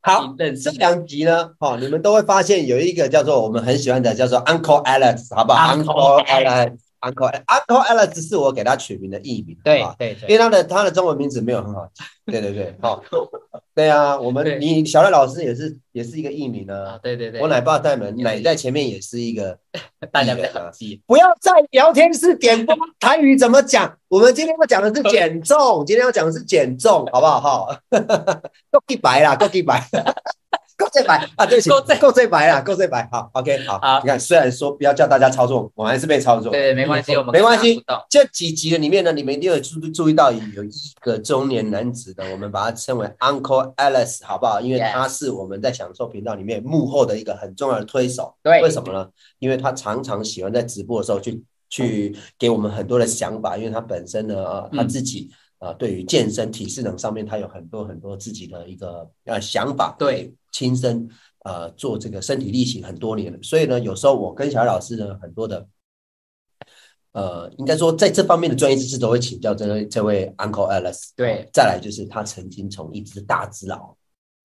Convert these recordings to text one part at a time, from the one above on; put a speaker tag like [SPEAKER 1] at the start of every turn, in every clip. [SPEAKER 1] 好，这两集呢，哦，你们都会发现有一个叫做我们很喜欢的，叫做 Uncle Alex，好不好
[SPEAKER 2] Uncle
[SPEAKER 1] Alex，Uncle Uncle Alex 是我给他取名的艺名，
[SPEAKER 2] 对
[SPEAKER 1] 好不好
[SPEAKER 2] 对
[SPEAKER 1] 因
[SPEAKER 2] 对，
[SPEAKER 1] 为他的他的中文名字没有很好记，对对对，好、对啊，我
[SPEAKER 2] 对
[SPEAKER 1] 们你小赖老师也是也是一个艺名
[SPEAKER 2] 啊
[SPEAKER 1] 啊，
[SPEAKER 2] 对对对，
[SPEAKER 1] 我奶爸在门，
[SPEAKER 2] 也是
[SPEAKER 1] 奶在前面也是一个
[SPEAKER 2] 大家比较好记，
[SPEAKER 1] 不要在聊天室点播台语怎么 讲。我们今天要讲的是减重，今天要讲的是减重，好不好？ 哈，够一百啦，够一百， 够一百啊！对不起
[SPEAKER 2] 够这，
[SPEAKER 1] 够这百啦，够这百。好，OK，好。
[SPEAKER 2] 好
[SPEAKER 1] 你看，虽然说不要叫大家操作，我还是被操作。
[SPEAKER 2] 对，没关系，我们
[SPEAKER 1] 没关系
[SPEAKER 2] 看不到，
[SPEAKER 1] 这几集的里面呢，你们一定有注注意到有一个中年男子的，我们把他称为 Uncle Alice，好不好？因为
[SPEAKER 2] Yes
[SPEAKER 1] 他是我们在享受频道里面幕后的一个很重要的推手。
[SPEAKER 2] 对，
[SPEAKER 1] 为什么呢？因为他常常喜欢在直播的时候去去给我们很多的想法，因为他本身呢，呃，他
[SPEAKER 2] 嗯
[SPEAKER 1] 自己呃对于健身体适能上面，他有很多很多自己的一个呃想法，
[SPEAKER 2] 对，
[SPEAKER 1] 亲身呃做这个身体力行很多年了，所以呢，有时候我跟小艾老师呢，很多的。呃，应该说在这方面的专业知识都会请教这位这位 Uncle Alice。
[SPEAKER 2] 对，
[SPEAKER 1] 再来就是他曾经从一只大只佬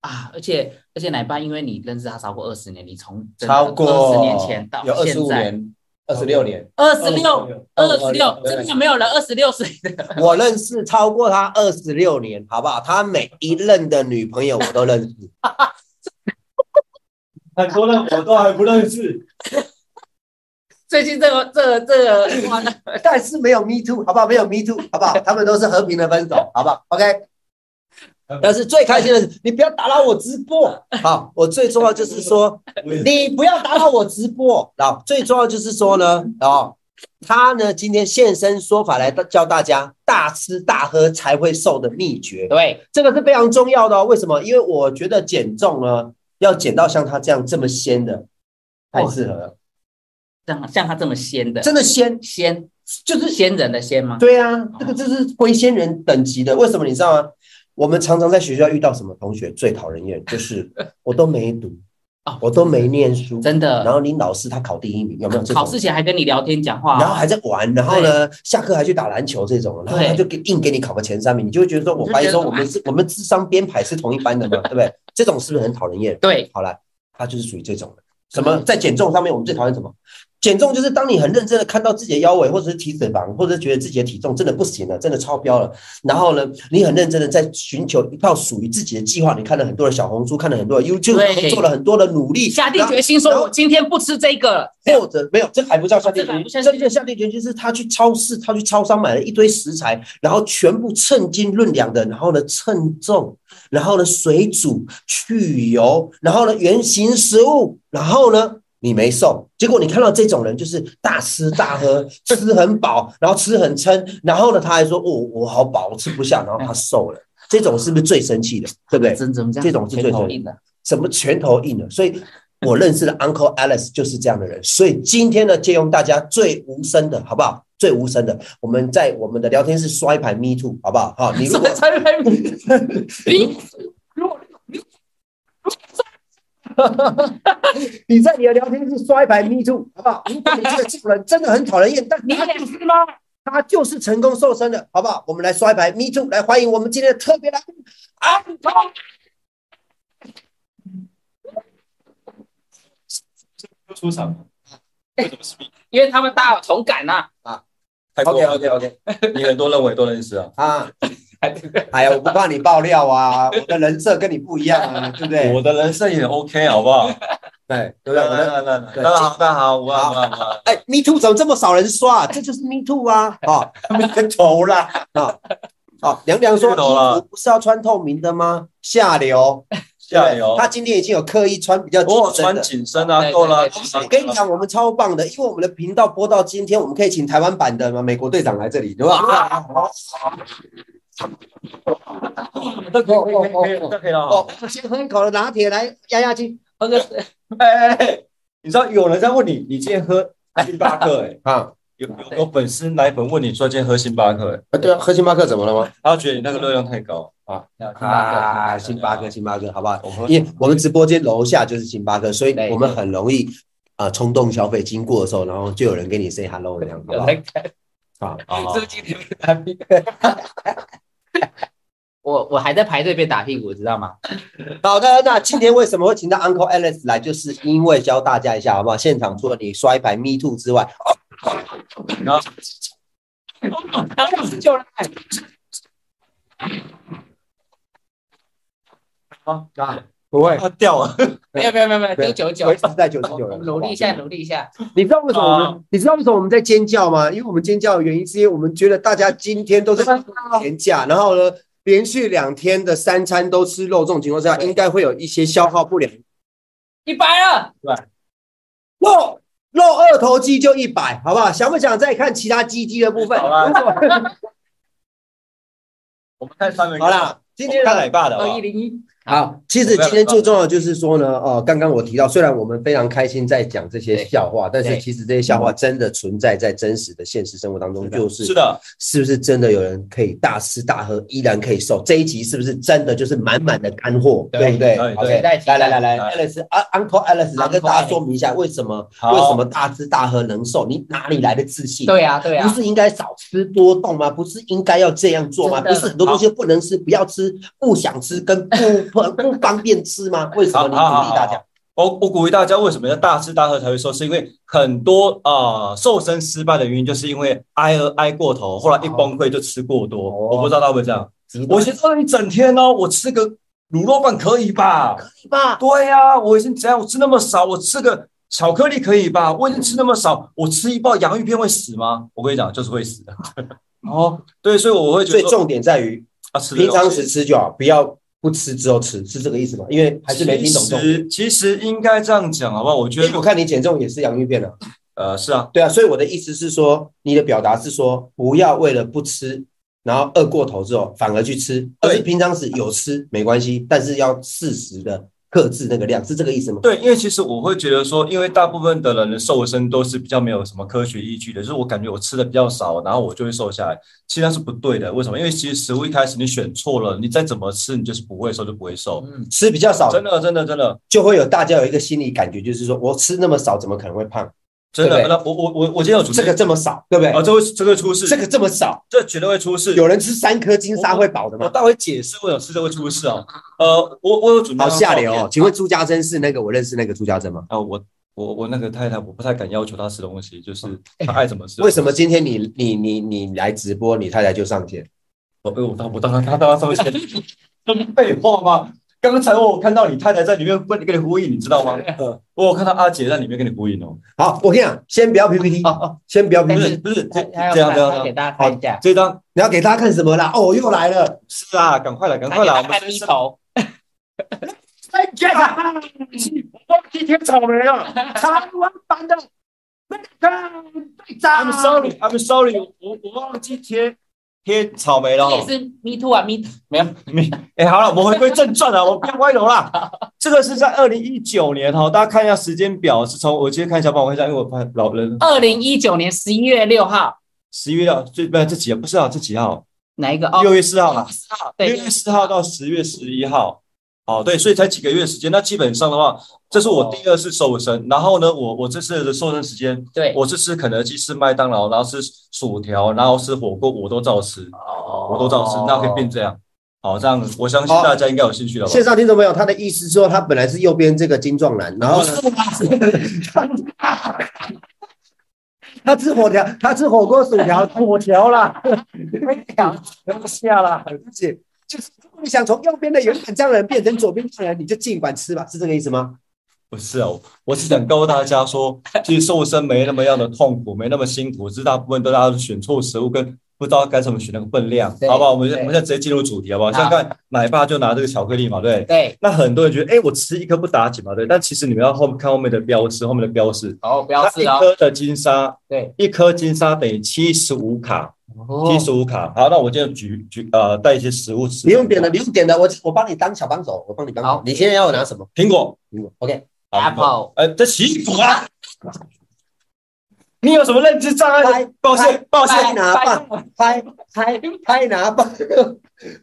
[SPEAKER 2] 啊，而且而且奶爸，因为你认识他超过二十年，你从
[SPEAKER 1] 超过
[SPEAKER 2] 二十年前到
[SPEAKER 1] 有二十
[SPEAKER 2] 现
[SPEAKER 1] 五
[SPEAKER 2] 在
[SPEAKER 1] 年、二十六年，
[SPEAKER 2] 二十六。二十六，
[SPEAKER 1] 对
[SPEAKER 2] 这边有没有人二十六岁 的？
[SPEAKER 1] 我认识超过他二十六年，好不好？他每一任的女朋友我都认识，
[SPEAKER 3] 很多人我都还不认识，
[SPEAKER 2] 最近这个这个这 个，哇，那
[SPEAKER 1] 但是没有 me too，好不好？没有 me too，好不好？他们都是和平的分手，好不好？OK。但是最开心的是，你不要打扰我直播。好，我最重要就是说，
[SPEAKER 3] 我也
[SPEAKER 1] 你不要打扰我直播。啊，最重要就是说呢，哦，他呢今天现身说法来教大家大吃大喝才会瘦的秘诀。
[SPEAKER 2] 对
[SPEAKER 1] 这个是非常重要的、哦。为什么？因为我觉得减重呢，要减到像他这样这么鲜的，太适合了，
[SPEAKER 2] 像像他这么仙的，
[SPEAKER 1] 真的鲜。
[SPEAKER 2] 仙就是仙人的仙吗？
[SPEAKER 1] 对啊，这个就是龟仙人等级的。为什么你知道吗？我们常常在学校遇到什么同学最讨人厌，就是 我都没读
[SPEAKER 2] 哦，
[SPEAKER 1] 我都没念书，
[SPEAKER 2] 真的，
[SPEAKER 1] 然后你老师他考第一名，有没有这种
[SPEAKER 2] 考？试前还跟你聊天讲话，啊
[SPEAKER 1] 然后还在玩，然后呢，下课还去打篮球这种，然后他就给硬给你考个前三名，你就会觉得说，我怀疑说我们是我们智商编排是同一班的嘛，对不对？这种是不是很讨人厌？
[SPEAKER 2] 对
[SPEAKER 1] 好了，它就是属于这种的。什
[SPEAKER 2] 嗯
[SPEAKER 1] 么在减重上面，我们最讨厌什么？减重就是当你很认真的看到自己的腰围，或者是体脂肪，或者是觉得自己的体重真的不行了，真的超标了，然后呢，你很认真的在寻求一套属于自己的计划。你看了很多的小红书，看了很多的 YouTube，
[SPEAKER 2] 对
[SPEAKER 1] 做了很多的努力，
[SPEAKER 2] 下定
[SPEAKER 1] 然后
[SPEAKER 2] 决心
[SPEAKER 1] 然
[SPEAKER 2] 说，
[SPEAKER 1] 后
[SPEAKER 2] 我今天不吃这个了。这样
[SPEAKER 1] 或者没有，这哦还不叫下定
[SPEAKER 2] 这还
[SPEAKER 1] 决
[SPEAKER 2] 不
[SPEAKER 1] 心。
[SPEAKER 2] 像
[SPEAKER 1] 真正下定决心是他去超市，他去超商买了一堆食材，然后全部称斤论两的，然后呢称重，然后呢水煮、去油，然后呢原形食物，然后呢你没瘦。结果你看到这种人就是大吃大喝，吃很饱，然后吃很撑，然后呢他还说哦我好饱，我吃不下，然后他瘦了。这种是不是最生气的？对不对？
[SPEAKER 2] 真怎么这样？
[SPEAKER 1] 这种是最
[SPEAKER 2] 拳头
[SPEAKER 1] 最
[SPEAKER 2] 硬的，
[SPEAKER 1] 什么拳头硬了，所以我认识的 Uncle Alice 就是这样的人。所以今天呢，借用大家最无声的，好不好？最无声的，我们在我们的聊天室刷一排 Me Too，好不好？好，你如果
[SPEAKER 2] 才才你如果
[SPEAKER 1] 你在你的聊天室刷一排 Me Too，好不好？如果你觉得这种人真的很讨人厌，但
[SPEAKER 2] 你有两只吗？
[SPEAKER 1] 他就是成功瘦身的，好不好？我们来刷一排 Me Too，来欢迎我们今天的特别来宾啊！
[SPEAKER 3] 出场，为什么是
[SPEAKER 2] 因为他们大有同感呐、
[SPEAKER 4] 太多
[SPEAKER 1] OK
[SPEAKER 4] 了
[SPEAKER 1] OK OK
[SPEAKER 4] 你很多人我也都认识啊。
[SPEAKER 1] 啊！哎呀，我不怕你爆料啊，我的人设跟你不一样啊，对不对？
[SPEAKER 4] 我的人生也 OK，好不好？
[SPEAKER 1] 对对不
[SPEAKER 4] 对
[SPEAKER 1] 对？我的
[SPEAKER 4] 对对
[SPEAKER 1] 对
[SPEAKER 4] 大家好，大家好，我好，我好，
[SPEAKER 1] 哎，Me Too 怎么这么少人刷、这就是 Me Too 啊！啊、
[SPEAKER 4] 个头啦，
[SPEAKER 1] 哦，凉凉说
[SPEAKER 4] 这个懂了
[SPEAKER 1] 衣服不是要穿透明的吗？下流，
[SPEAKER 4] 下流
[SPEAKER 1] 对他。今天已经有刻意穿比较紧
[SPEAKER 4] 我有
[SPEAKER 1] 身
[SPEAKER 4] 穿
[SPEAKER 1] 的。
[SPEAKER 4] 紧身啊，
[SPEAKER 2] 对
[SPEAKER 4] 够了啊。
[SPEAKER 2] 对
[SPEAKER 1] 我跟你讲，我们超棒的，因为我们的频道播到今天，我们可以请台湾版的美国队长来这里，对吧？
[SPEAKER 4] 这可以，可以，可以这可以了
[SPEAKER 1] 哦
[SPEAKER 4] 哈。，
[SPEAKER 1] 我先喝一口拿铁来压压惊
[SPEAKER 2] 喝个水
[SPEAKER 4] 哎哎哎，你知道有人在问你，你今天喝星巴克？哎，
[SPEAKER 1] 啊！
[SPEAKER 4] 有有有粉丝奶粉问你说今天喝星巴克，哎，
[SPEAKER 1] 啊，对啊，喝星巴克怎么了吗？
[SPEAKER 4] 他觉得你那个热量太高。
[SPEAKER 1] 啊，星巴克，星巴克，好不好？
[SPEAKER 4] 我喝
[SPEAKER 1] 因为我们直播间楼下就是星巴克，所以
[SPEAKER 2] 对
[SPEAKER 1] 我们很容易啊冲动消费，经过的时候，然后就有人跟你 say hello 这样，好不
[SPEAKER 2] 有
[SPEAKER 1] 好？
[SPEAKER 2] 在看，
[SPEAKER 1] 啊啊！
[SPEAKER 2] 是不是今天来宾？我我还在排队被打屁股，知道吗？
[SPEAKER 1] 好的，那今天为什么会请到 Uncle Alex 来，就是因为教大家一下，好不好？现场除了你刷一排 Me Too 之外，
[SPEAKER 3] 然后
[SPEAKER 2] 然后就来，
[SPEAKER 4] 啊啊，不会，
[SPEAKER 1] 他掉了，
[SPEAKER 2] 没有没有没有没有，丢九九
[SPEAKER 1] 我一，直在九十
[SPEAKER 2] 我
[SPEAKER 1] 九
[SPEAKER 2] 我努力一下，努力一下。
[SPEAKER 1] 你知道为什么我们、
[SPEAKER 3] 啊
[SPEAKER 1] 你知道为什么我们在尖叫吗？因为我们尖叫的原因是因为我们觉得大家今天都是
[SPEAKER 2] 啊
[SPEAKER 1] 廉价，然后呢，连续两天的三餐都吃肉，这种情况下
[SPEAKER 2] 对
[SPEAKER 1] 应该会有一些消耗不良。
[SPEAKER 2] 一百了，
[SPEAKER 1] 肉肉二头肌就一百，好不好？想不想再看其他鸡鸡的部分？
[SPEAKER 4] 好
[SPEAKER 1] 好
[SPEAKER 4] 啦， 我们看三文鱼，
[SPEAKER 1] 啦，今
[SPEAKER 4] 今
[SPEAKER 1] 天
[SPEAKER 4] 天
[SPEAKER 1] 的
[SPEAKER 4] 看奶爸的好
[SPEAKER 2] 二
[SPEAKER 4] 不好
[SPEAKER 2] 一零一，
[SPEAKER 1] 好，其实今天最重要的就是说呢，呃，刚刚我提到，虽然我们非常开心在讲这些笑话，但是
[SPEAKER 2] 对
[SPEAKER 1] 其实这些笑话真的存在在真实的现实生活当中，就是
[SPEAKER 4] 是的，
[SPEAKER 1] 是不是真的有人可以大吃大喝依然可以瘦？这一集是不是真的就是满满的干货，
[SPEAKER 2] 对
[SPEAKER 1] 对不对
[SPEAKER 4] 对
[SPEAKER 1] ？OK，
[SPEAKER 2] 期待期
[SPEAKER 1] 来
[SPEAKER 2] 待
[SPEAKER 1] 来来来
[SPEAKER 4] 来
[SPEAKER 1] ，Alice 啊，Uncle Alice 来
[SPEAKER 2] Uncle
[SPEAKER 1] 跟大家说明一下为什么
[SPEAKER 4] 好
[SPEAKER 1] 为什么大吃大喝能瘦？你哪里来的自信？
[SPEAKER 2] 对呀对呀
[SPEAKER 4] 啊
[SPEAKER 1] 不，是应该少吃多动吗？不是应该要这样做吗？
[SPEAKER 2] 真的
[SPEAKER 1] 不是很多东西不能吃、不要吃、不想吃 跟不不不方便吃吗？为什么你鼓
[SPEAKER 4] 好好
[SPEAKER 1] 励大
[SPEAKER 4] 好
[SPEAKER 1] 家
[SPEAKER 4] 好？我我鼓励大家，为什么要大吃大喝才会瘦？是因为很多啊、呃瘦身失败的原因，就是因为挨饿挨过头，后来一崩溃就吃过多。
[SPEAKER 1] 哦
[SPEAKER 4] 我不知道他会不会这样。
[SPEAKER 1] 极
[SPEAKER 4] 我
[SPEAKER 1] 端
[SPEAKER 4] 先饿一整天哦，我吃个卤肉饭可以吧？
[SPEAKER 1] 吧，
[SPEAKER 4] 对呀、我已经怎样？我吃那么少，我吃个巧克力可以吧？我已经吃那么少，我吃一包洋芋片会死吗？我跟你讲，就是会死的。哦， 对，所以我会觉
[SPEAKER 1] 所
[SPEAKER 4] 得
[SPEAKER 1] 以
[SPEAKER 4] 说
[SPEAKER 1] 重点在于
[SPEAKER 4] 啊，吃
[SPEAKER 1] 平常时
[SPEAKER 4] 时
[SPEAKER 1] 吃就好，不要不吃之后吃，是这个意思吗？因为还是没听懂重点。
[SPEAKER 4] 其实应该这样讲，好不好？我觉
[SPEAKER 1] 因为我
[SPEAKER 4] 得
[SPEAKER 1] 看你减重也是洋芋片啊，
[SPEAKER 4] 呃是啊，
[SPEAKER 1] 对啊，所以我的意思是说，你的表达是说，不要为了不吃，然后饿过头之后反而去吃，而
[SPEAKER 4] 对
[SPEAKER 1] 是平常时有吃没关系，但是要适时的克制那个量，是这个意思吗？
[SPEAKER 4] 对，因为其实我会觉得说，因为大部分的人的瘦身都是比较没有什么科学依据的，就是我感觉我吃的比较少，然后我就会瘦下来，其实那是不对的。为什么？因为其实食物一开始你选错了，你再怎么吃，你就是不会瘦，就不会瘦。
[SPEAKER 2] 嗯，
[SPEAKER 1] 吃比较少，
[SPEAKER 4] 真的，真的，真的，
[SPEAKER 1] 就会有大家有一个心理感觉，就是说我吃那么少，怎么可能会胖？
[SPEAKER 4] 真
[SPEAKER 1] 对
[SPEAKER 4] 的。
[SPEAKER 1] 不对
[SPEAKER 4] 那我我我我今天有主持
[SPEAKER 1] 这个这么少，对不
[SPEAKER 4] 啊，
[SPEAKER 1] 对？
[SPEAKER 4] 这会这会出事，
[SPEAKER 1] 这个这么少，
[SPEAKER 4] 这绝对会出事。
[SPEAKER 1] 有人吃三颗金沙会饱的
[SPEAKER 4] 哦我
[SPEAKER 1] 吗？
[SPEAKER 4] 待会解释为什么吃这会出事哦。呃，我我有准备
[SPEAKER 1] 好下流
[SPEAKER 4] 啊
[SPEAKER 1] 哦！、请问朱家珍是那个我认识那个朱家珍吗？
[SPEAKER 4] 呃我我我那个太太，我不太敢要求她吃东西，就是她爱怎么
[SPEAKER 1] 哦
[SPEAKER 4] 吃。
[SPEAKER 1] 哎为什么今天你你你你来直播，你太太就上线？
[SPEAKER 4] 我被我当我当他他当他上面前， 这不废话吗？刚才我有看到你太太在里面跟跟你呼应，你知道吗？
[SPEAKER 2] 啊
[SPEAKER 4] 呃我有看到阿杰在里面跟你呼应哦。
[SPEAKER 1] 好，我跟你讲，先不要 PPT，
[SPEAKER 2] 哦哦，
[SPEAKER 1] 先不要
[SPEAKER 4] 不
[SPEAKER 1] PPT，
[SPEAKER 4] 是不是，这
[SPEAKER 2] 还还要
[SPEAKER 4] 这样这
[SPEAKER 2] 还要
[SPEAKER 4] 样这
[SPEAKER 2] 给
[SPEAKER 4] 样，
[SPEAKER 2] 大家看一下，
[SPEAKER 4] 这张
[SPEAKER 1] 你要给大家看什么啦？哦，又来了，
[SPEAKER 4] 是啊，赶快来，赶快来，
[SPEAKER 2] 来
[SPEAKER 4] 我们
[SPEAKER 2] 哎看一头，
[SPEAKER 5] 再见啦！我今天草莓啊，台湾版的那个队长。
[SPEAKER 4] I'm sorry, I'm sorry，我我忘记贴贴草莓了
[SPEAKER 2] 这
[SPEAKER 4] 哦。
[SPEAKER 2] 也是 me too 啊，me too 没有，
[SPEAKER 4] 哎、好了，我们回归正传啊了，我们不要歪楼 啦。这个是在二零一九年哈，大家看一下时间表，是从我今天看一下，帮我看一下，因为我怕老人
[SPEAKER 2] 二零一九年十一月六号，
[SPEAKER 4] 十一月六，最不是这几号，不是啊，这几号？
[SPEAKER 2] 哪一个？哦，
[SPEAKER 4] 六月四号啦，
[SPEAKER 2] 四号，
[SPEAKER 4] 六
[SPEAKER 2] 对，
[SPEAKER 4] 月四号到十月十一号。哦，对，所以才几个月时间。那基本上的话，这是
[SPEAKER 2] 哦
[SPEAKER 4] 我第二次瘦身。然后呢，我我这次的瘦身时间，
[SPEAKER 2] 对，
[SPEAKER 4] 我是吃肯德基、吃麦当劳，然后吃薯条，然后吃火锅，我都照吃，我
[SPEAKER 2] 我
[SPEAKER 4] 都照吃。那可以变这样。好，这样我相信
[SPEAKER 1] 好
[SPEAKER 4] 大家应该有兴趣了吧？
[SPEAKER 1] 线上听众朋友，他的意思说他本来是右边这个精壮男，然后呢，他吃火条，他吃火锅薯条，
[SPEAKER 5] 我调了，没调，不下了。
[SPEAKER 1] 对不起就是如果你想从右边的原本这样的人变成左边这样的人，你就尽管吃吧，是这个意思吗？
[SPEAKER 4] 不是哦，我是想告诉大家说，其实瘦身没那么样的痛苦，没那么辛苦，只是大部分都大家选错食物，跟不知道该怎么选那个分量，
[SPEAKER 2] 对
[SPEAKER 4] 好不好？我们现
[SPEAKER 2] 对
[SPEAKER 4] 我们现在直接进入主题，好不好？
[SPEAKER 2] 好
[SPEAKER 4] 像看奶爸就拿这个巧克力嘛，对不对。
[SPEAKER 2] 对，
[SPEAKER 4] 那很多人觉得，哎，我吃一颗不打紧嘛，对。但其实你们要后看后面的标识，后面的标识，
[SPEAKER 2] 哦，不要
[SPEAKER 4] 它
[SPEAKER 2] 吃
[SPEAKER 4] 一
[SPEAKER 2] 哦，
[SPEAKER 4] 颗的金沙，
[SPEAKER 2] 对，哦
[SPEAKER 4] 一颗金沙等于七十五卡，七十五卡。好，那我就举举呃带一些食物吃。
[SPEAKER 1] 不用点的，不用点的，我我帮你当小帮手，我帮你帮手
[SPEAKER 2] 好。
[SPEAKER 1] 你现在要拿什么？
[SPEAKER 4] 苹果
[SPEAKER 1] 苹果，OK，
[SPEAKER 4] 好苹果
[SPEAKER 2] apple，
[SPEAKER 4] 呃，这奇果啊！ 你有什么认知障
[SPEAKER 1] 拍
[SPEAKER 4] 碍？抱歉，抱歉，
[SPEAKER 1] 拍拿棒，拍拍拍拿棒。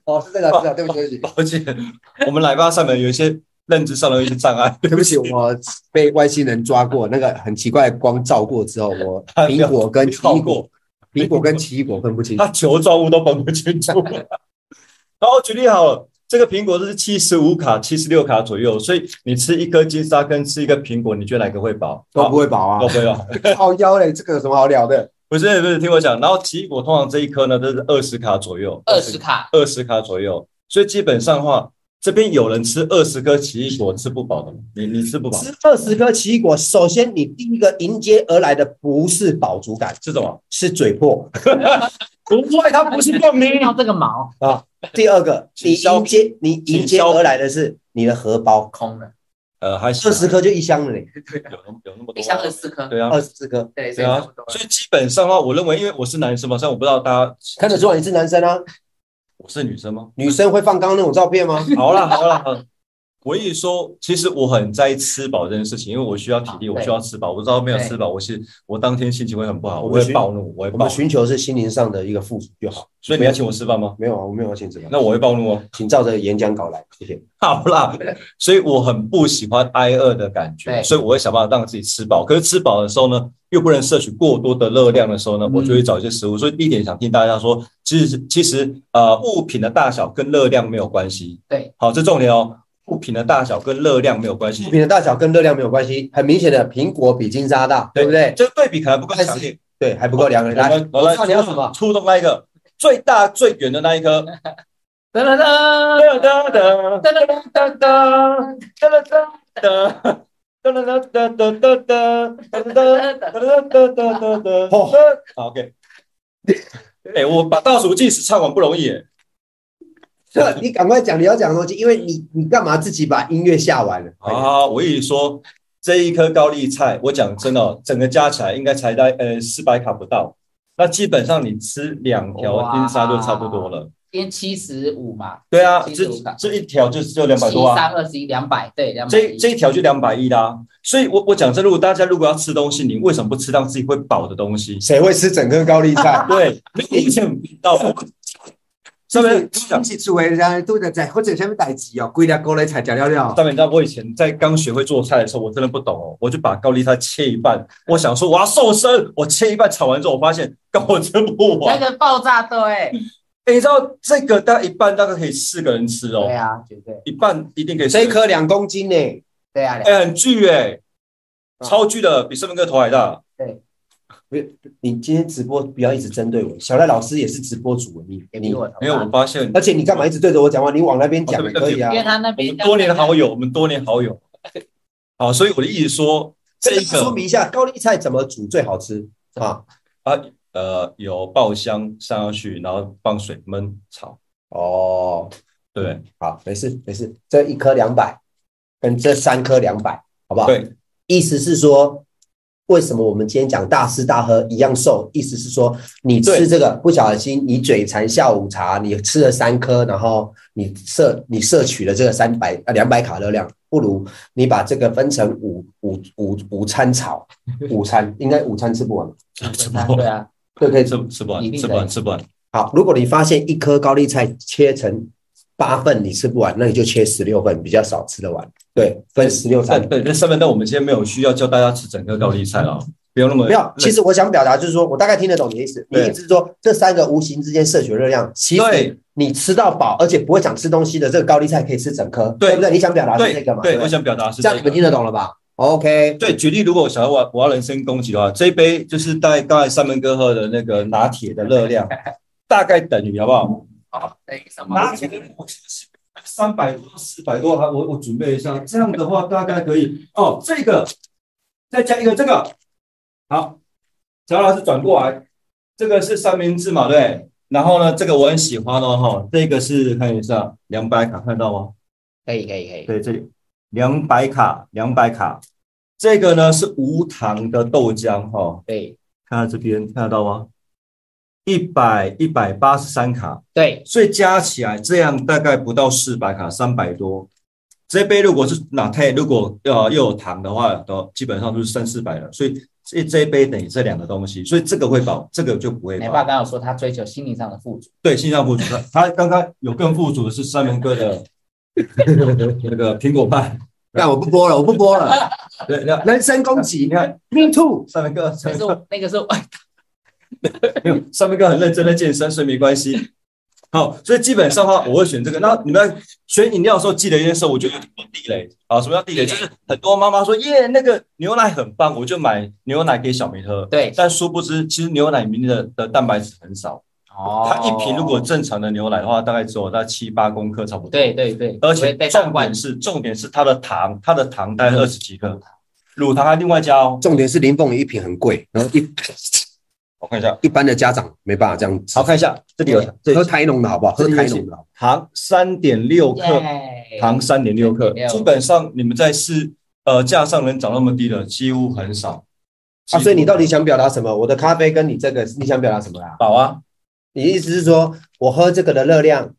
[SPEAKER 1] 哦，是这个，是的，对不起，对不起。
[SPEAKER 4] 抱歉，我们奶爸上面有一些认知上的一些障碍。
[SPEAKER 1] 对不起，我被外星人抓过，那个很奇怪的光照过之后，我苹果跟奇
[SPEAKER 4] 跳
[SPEAKER 1] 异果，
[SPEAKER 4] 过，
[SPEAKER 1] 苹果跟奇异果分不清。
[SPEAKER 4] 他球状物都分不清楚。 然后举例好了，这个苹果这是七十五卡、七十六卡左右，所以你吃一颗金沙跟吃一个苹果，你觉得哪个会饱？
[SPEAKER 6] 都不会饱啊
[SPEAKER 4] 都，
[SPEAKER 1] 哦
[SPEAKER 4] 不会饱。
[SPEAKER 6] 靠腰嘞，这个有什么好聊的？？
[SPEAKER 4] 不是不是，听我讲。然后奇异果通常这一颗呢都是二十卡左右，
[SPEAKER 2] 二十卡，
[SPEAKER 4] 二十卡左右，所以基本上的话，这边有人吃二十颗奇异果吃不饱的吗，你你吃不饱
[SPEAKER 1] 吃二十颗奇异果，首先你第一个迎接而来的不是饱足感，
[SPEAKER 4] 是什么？
[SPEAKER 1] 是嘴破；
[SPEAKER 5] 不会，他不是共鸣
[SPEAKER 2] 听。到这个毛
[SPEAKER 1] 第二个，你
[SPEAKER 4] 请消
[SPEAKER 1] 迎接你迎接而来的是你的荷包，
[SPEAKER 2] 空了，
[SPEAKER 4] 呃，还
[SPEAKER 1] 二
[SPEAKER 4] 是
[SPEAKER 1] 十颗就一箱了嘞，
[SPEAKER 4] 有那么有那么
[SPEAKER 2] 一
[SPEAKER 4] 多
[SPEAKER 2] 箱
[SPEAKER 4] 吗？
[SPEAKER 2] 二十四颗，
[SPEAKER 4] 对啊，
[SPEAKER 1] 二十四颗，
[SPEAKER 2] 对，所以
[SPEAKER 4] 对啊
[SPEAKER 2] 差不多，了
[SPEAKER 4] 所以基本上的话，我认为，因为我是男生嘛，虽然我不知道大家
[SPEAKER 1] 看得出来你是男生啊？
[SPEAKER 4] 我是女生吗？
[SPEAKER 1] 女生会放刚刚那种照片 吗？
[SPEAKER 4] 好啦好啦，好啦我一说，其实我很在意吃饱这件事情，因为我需要体力，
[SPEAKER 2] 啊对
[SPEAKER 4] 我需要吃饱。我知道没有
[SPEAKER 2] 对
[SPEAKER 4] 吃饱，我是我当天心情会很不好，
[SPEAKER 1] 我
[SPEAKER 4] 我
[SPEAKER 1] 们
[SPEAKER 4] 会
[SPEAKER 1] 寻
[SPEAKER 4] 暴怒，我会
[SPEAKER 1] 我
[SPEAKER 4] 暴
[SPEAKER 1] 们
[SPEAKER 4] 怒。
[SPEAKER 1] 寻求的是心灵上的一个富足就好。
[SPEAKER 4] 所以你要请我吃饭吗？
[SPEAKER 1] 没有啊，我没有要请这个，
[SPEAKER 4] 那我会暴怒哦。
[SPEAKER 1] 请照着演讲稿来，谢谢。
[SPEAKER 4] 好啦，所以我很不喜欢挨饿的感觉，
[SPEAKER 2] 对
[SPEAKER 4] 所以我会想办法让自己吃饱。可是吃饱的时候呢，又不能摄取过多的热量的时候呢，
[SPEAKER 2] 嗯
[SPEAKER 4] 我就会找一些食物。所以第一点想听大家说，其实其实呃物品的大小跟热量没有关系。
[SPEAKER 2] 对，
[SPEAKER 4] 好，这重点哦，物品的大小跟热量没有关系
[SPEAKER 1] 物。品的大小跟热量没有关系，很明显的，苹果比金沙大，对不对？
[SPEAKER 4] 这个对比可能不够强烈。
[SPEAKER 1] 对，还不够两个人
[SPEAKER 4] 我
[SPEAKER 1] 来
[SPEAKER 4] 们。我们
[SPEAKER 1] 操，你要什么？
[SPEAKER 4] 触动那一个最大最远的那一颗。
[SPEAKER 2] 噔噔噔
[SPEAKER 4] 哒哒
[SPEAKER 2] 噔噔噔噔噔
[SPEAKER 4] 哒哒哒哒哒哒哒哒
[SPEAKER 2] 噔噔噔，
[SPEAKER 4] 哦，好，OK。哎，我把倒数计时唱完不容易耶，
[SPEAKER 1] 这你赶快讲你要讲的东西，因为你你干嘛自己把音乐下完了？
[SPEAKER 4] 好好，好我一直说这一颗高丽菜，我讲真的哦，整个加起来应该才在呃四百卡不到。那基本上你吃两条
[SPEAKER 2] 哇
[SPEAKER 4] 金沙就差不多了。
[SPEAKER 2] 今天七十五嘛，
[SPEAKER 4] 对啊，
[SPEAKER 2] 七
[SPEAKER 4] 这
[SPEAKER 2] 十五卡，
[SPEAKER 4] 这一条就就两百多啊。
[SPEAKER 2] 三二十一两百，对，两百
[SPEAKER 4] 这这一条就两百一啦。所以我我讲真，如果大家如果要吃东西，你为什么不吃让自己会饱的东西？
[SPEAKER 6] 谁会吃整颗高丽菜
[SPEAKER 4] 对，你以前到上面
[SPEAKER 6] 不是厝诶，人都在在或者什么代志哦，规粒高丽菜食了了。
[SPEAKER 4] 上面你知道我以前在刚学会做菜的时候，我真的不懂哦，我就把高丽菜切一半，我想说我要瘦身，我切一半炒完之后，我发现根本吃不
[SPEAKER 2] 那
[SPEAKER 4] 完。
[SPEAKER 2] 个爆炸对，
[SPEAKER 4] 哎你知道这个大概一半大概可以四个人吃哦
[SPEAKER 2] 对，啊，绝对，
[SPEAKER 4] 一半一定可以。
[SPEAKER 1] 这一，颗两公斤呢、
[SPEAKER 2] 对啊，
[SPEAKER 4] 哎，很巨哎，超巨的，比身份哥头还大。
[SPEAKER 1] 你今天直播不要一直针对我，小赖老师也是直播主，你
[SPEAKER 2] 也
[SPEAKER 1] 你
[SPEAKER 2] 比，我头大
[SPEAKER 4] 没有，我发现
[SPEAKER 1] 而且你干嘛一直对着我讲话？你往那边讲也可以啊
[SPEAKER 2] 因。为他那
[SPEAKER 4] 我
[SPEAKER 2] 边
[SPEAKER 4] 们多年好友，我们多年好友。好，所以我的意思说，这
[SPEAKER 1] 这
[SPEAKER 4] 一
[SPEAKER 1] 个说
[SPEAKER 4] 个
[SPEAKER 1] 明一下，高丽菜怎么煮最好吃啊？
[SPEAKER 4] 呃有爆香上上去，然后放水焖炒，
[SPEAKER 1] 哦，
[SPEAKER 4] 对
[SPEAKER 1] 好，没事没事，这一颗两百，跟这三颗两百，好不好？，
[SPEAKER 4] 对，
[SPEAKER 1] 意思是说，为什么我们今天讲大吃大喝一样瘦？意思是说，你吃
[SPEAKER 4] 对
[SPEAKER 1] 这个不小心，你嘴馋下午茶，你吃了三颗，然后你摄你摄取了这个三百啊两百卡热量，不如你把这个分成午午午午餐炒，午餐应该午餐吃不完吧，
[SPEAKER 4] 吃不
[SPEAKER 2] 对
[SPEAKER 4] 完，
[SPEAKER 2] 啊，
[SPEAKER 1] 对不对？
[SPEAKER 4] 吃吃不
[SPEAKER 2] 一
[SPEAKER 4] 完，
[SPEAKER 2] 定
[SPEAKER 4] 吃
[SPEAKER 2] 的
[SPEAKER 4] 不完，吃不完。
[SPEAKER 1] 好，如果你发现一颗高丽菜切成八份你吃不完，那你就切十六份，比较少吃得完。对，分十六餐
[SPEAKER 4] 但。对，那上面但我们今天没有需要教大家吃整个高丽菜了，啊不用那么
[SPEAKER 1] 没有，其实我想表达就是说，我大概听得懂你的意思。你
[SPEAKER 4] 对
[SPEAKER 1] 意思是说，这三个无形之间摄取的热量，其实
[SPEAKER 4] 对
[SPEAKER 1] 你吃到饱，而且不会想吃东西的这个高丽菜可以吃整颗，
[SPEAKER 4] 对
[SPEAKER 1] 对不对？你想表达是这
[SPEAKER 4] 对
[SPEAKER 1] 个嘛？
[SPEAKER 4] 对，
[SPEAKER 1] 不
[SPEAKER 4] 我想表达是
[SPEAKER 1] 这样你们听得懂了吧？OK，
[SPEAKER 4] 对，举例，如果我想要我我要人身攻击的话，这一杯就是大概刚才三门哥喝的那个拿铁的 热量，大概等于好不好？
[SPEAKER 2] 好，等于什么？
[SPEAKER 4] 拿铁的我三百多、四百多，还我我准备一下，这样的话大概可以哦。这个再加一个这个，好，乔老师转过来，这个是三明治嘛，对不对。然后呢，这个我很喜欢哦，哈，这个是看一下两百卡，看到吗？
[SPEAKER 2] 可以可以可以，
[SPEAKER 4] 对，这里两百卡，两百卡。这个呢是无糖的豆浆，哈、
[SPEAKER 2] 对
[SPEAKER 4] 看到这边看得到吗？一百一百八十三卡，
[SPEAKER 2] 对，
[SPEAKER 4] 所以加起来这样大概不到四百卡，三百多。这杯如果是拿铁，如果呃又有糖的话，都基本上就是三四百了。所以这这一杯等于这两个东西，所以这个会饱，这个就不会
[SPEAKER 2] 奶爸
[SPEAKER 4] 饱。
[SPEAKER 2] 刚刚有说他追求心灵上的富足，
[SPEAKER 4] 对，线上富足，他刚刚有更富足的是三明哥的那个苹果派。
[SPEAKER 6] 那我不播了，我不播了。
[SPEAKER 4] 对，那
[SPEAKER 6] 人身攻击，
[SPEAKER 4] 你看
[SPEAKER 6] me too。
[SPEAKER 4] 三明哥，
[SPEAKER 2] 那
[SPEAKER 4] 三
[SPEAKER 2] 是
[SPEAKER 4] 明哥
[SPEAKER 2] 我那个是我
[SPEAKER 4] 没有，三明哥很认真的健身，所以没关系。好，所以基本上的话，我会选这个。那你们选饮料的时候，记得一件事，我觉得有点地雷啊。什么叫地雷？就是很多妈妈说耶，那个牛奶很棒，我就买牛奶给小明喝。
[SPEAKER 2] 对
[SPEAKER 4] 但殊不知，其实牛奶里面的的蛋白质很少。
[SPEAKER 2] 哦
[SPEAKER 4] 它一瓶如果正常的牛奶的话，大概只有大概七八公克差不多。
[SPEAKER 2] 对对对，
[SPEAKER 4] 而
[SPEAKER 2] 我
[SPEAKER 4] 且
[SPEAKER 2] 会被
[SPEAKER 4] 重
[SPEAKER 2] 上
[SPEAKER 4] 点
[SPEAKER 2] 管
[SPEAKER 4] 是，重点是它的糖，它的糖大概二十几克，乳糖还另外加哦。
[SPEAKER 7] 重点是林凤梨一瓶很贵，然后一
[SPEAKER 4] 我看一下，
[SPEAKER 7] 一般的家长没办法这样吃
[SPEAKER 4] 好。看一下，这里有这
[SPEAKER 7] 喝台农的好不好？喝
[SPEAKER 4] 这
[SPEAKER 7] 台
[SPEAKER 4] 游戏
[SPEAKER 7] 农的好不好
[SPEAKER 4] 糖三点六克，
[SPEAKER 2] 耶
[SPEAKER 4] 糖三点六克，
[SPEAKER 2] 3.6
[SPEAKER 4] 基本上你们在市呃架上能找那么低的几乎很少。
[SPEAKER 7] 啊，所以你到底想表达什么？我的咖啡跟你这个，你想表达什么啦？
[SPEAKER 4] 饱啊？
[SPEAKER 7] 你意思是说我喝这个的热量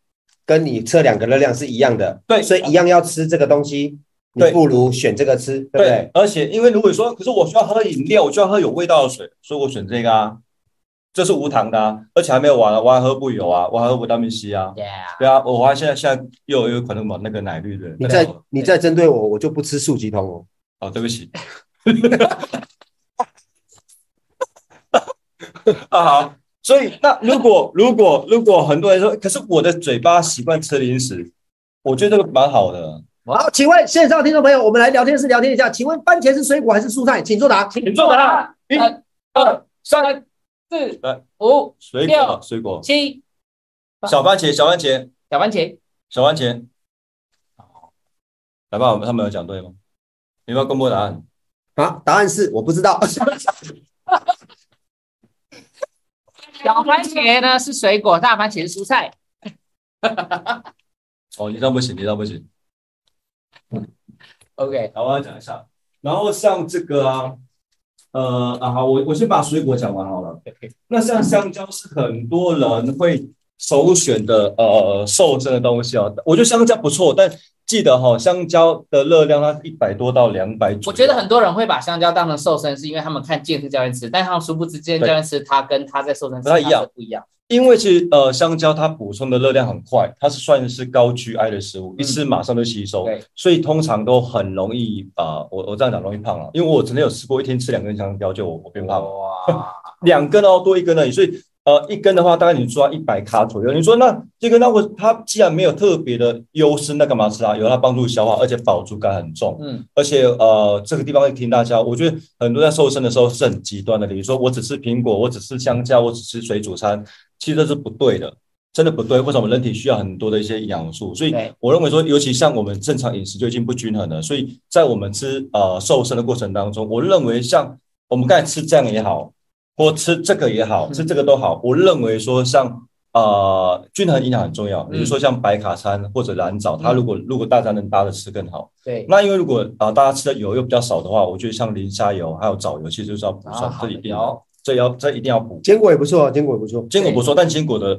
[SPEAKER 7] 跟你测两个热量是一样的，
[SPEAKER 4] 对
[SPEAKER 7] 所以一样要吃这个东西，你
[SPEAKER 4] 对
[SPEAKER 7] 不如选这个吃，对不
[SPEAKER 4] 对
[SPEAKER 7] 对？，
[SPEAKER 4] 而且因为如果说，可是我需要喝饮料，我就要喝有味道的水，所以我选这个啊，这是无糖的啊，而且还没有完啊，我还喝不油啊，我还喝维他命 C 啊。
[SPEAKER 2] Yeah
[SPEAKER 4] 对啊，我我还现在现在又有一款那个那个奶绿的，
[SPEAKER 7] 你
[SPEAKER 4] 在
[SPEAKER 7] 再你再针对我，我就不吃素鸡通哦。
[SPEAKER 4] 哦，对不起。 啊好，所以那如果如果如果很多人说，可是我的嘴巴习惯吃零食，我觉得这个蛮好的。
[SPEAKER 7] 好，请问线上听众朋友，我们来聊天室聊天一下，请问番茄是水果还是蔬菜？请作答。
[SPEAKER 5] 你做的，一、二、三，
[SPEAKER 2] 四
[SPEAKER 4] 来
[SPEAKER 2] 五
[SPEAKER 4] 水果
[SPEAKER 2] 六
[SPEAKER 4] 水果，
[SPEAKER 2] 七
[SPEAKER 4] 小番茄小番茄
[SPEAKER 2] 小番茄，
[SPEAKER 4] 小番茄。来吧，我们他们有讲对吗？你们要公布答案。
[SPEAKER 7] 啊，答案是我不知 道。
[SPEAKER 2] 小番茄呢是水果，大番茄是蔬菜。
[SPEAKER 4] 哦，你这样不行，你这样不行。
[SPEAKER 2] OK，
[SPEAKER 4] 好，我要讲一下。然后像这个啊，呃啊，好，我我先把水果讲完好了。那像香蕉是很多人会首选的呃瘦身的东西哦。我觉得香蕉不错，但记得哈、哦，香蕉的热量它一百多到两百
[SPEAKER 2] 我觉得很多人会把香蕉当成瘦身，是因为他们看健身教练吃，但他们殊不知健身教练吃它跟他在瘦身吃
[SPEAKER 4] 不太一样
[SPEAKER 2] 它是不一样。
[SPEAKER 4] 因为其实呃，香蕉它补充的热量很快，它是算是高 GI 的食物，一吃马上就吸收，
[SPEAKER 2] 嗯对
[SPEAKER 4] 所以通常都很容易啊、呃我我这样讲容易胖了、因为我曾经有吃过一天吃两根香蕉就我我变胖了，
[SPEAKER 2] 哇，
[SPEAKER 4] 两根哦，多一根而已，所以呃，一根的话大概你抓一百卡左右。你说那这个那我它既然没有特别的优势，那干嘛吃啊？有它帮助消化，而且饱足感很重。
[SPEAKER 2] 嗯，
[SPEAKER 4] 而且呃，这个地方会提醒大家，我觉得很多在瘦身的时候是很极端的，比如说我只吃苹果，我只吃香蕉，我只吃水煮餐，其实这是不对的，真的不对。为什么人体需要很多的一些营养素？所以
[SPEAKER 2] 对
[SPEAKER 4] 我认为说，尤其像我们正常饮食就已经不均衡了，所以在我们吃呃瘦身的过程当中，我认为像我们刚才吃这样也好，或吃这个也好，
[SPEAKER 2] 嗯
[SPEAKER 4] 吃这个都好，我认为说像。呃，均衡营养很重要。比如说像白卡餐或者蓝藻，
[SPEAKER 2] 嗯
[SPEAKER 4] 它如果如果大家能搭着吃更好。
[SPEAKER 2] 对，
[SPEAKER 4] 那因为如果啊、呃大家吃的油又比较少的话，我觉得像磷虾油还有藻油，其实就是要补上，
[SPEAKER 2] 啊
[SPEAKER 4] 这一定
[SPEAKER 2] 好的
[SPEAKER 4] 要，这要这一定要补。
[SPEAKER 7] 坚果也不错，坚果也不错。
[SPEAKER 4] 坚果不错，但坚果的